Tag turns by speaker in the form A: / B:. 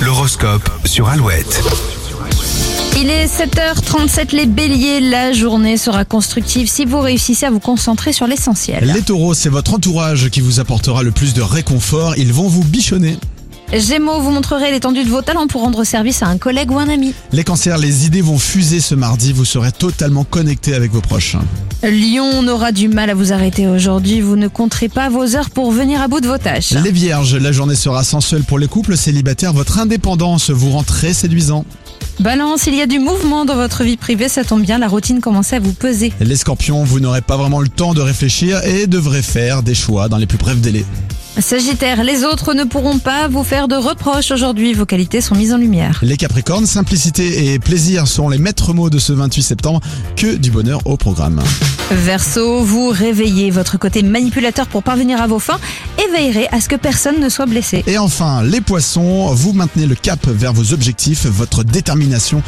A: L'horoscope sur Alouette.
B: Il est 7h37 les béliers, la journée sera constructive si vous réussissez à vous concentrer sur l'essentiel.
C: Les taureaux, c'est votre entourage qui vous apportera le plus de réconfort. Ils vont vous bichonner.
B: Gémeaux, vous montrerez l'étendue de vos talents pour rendre service à un collègue ou un ami.
C: Les cancers, les idées vont fuser ce mardi. Vous serez totalement connecté avec vos proches.
B: Lion, on aura du mal à vous arrêter aujourd'hui, vous ne compterez pas vos heures pour venir à bout de vos tâches.
C: Les vierges, la journée sera sensuelle pour les couples célibataires. Votre indépendance vous rend très séduisant.
B: Balance, il y a du mouvement dans votre vie privée, ça tombe bien, la routine commence à vous peser.
C: Les scorpions, vous n'aurez pas vraiment le temps de réfléchir et devrez faire des choix dans les plus brefs délais.
B: Sagittaire, les autres ne pourront pas vous faire de reproches aujourd'hui, vos qualités sont mises en lumière.
C: Les capricornes, simplicité et plaisir seront les maîtres mots de ce 28 septembre. Que du bonheur au programme.
B: Verseau, vous réveillez votre côté manipulateur pour parvenir à vos fins et veillerez à ce que personne ne soit blessé.
C: Et enfin, les poissons, vous maintenez le cap vers vos objectifs. Votre détermination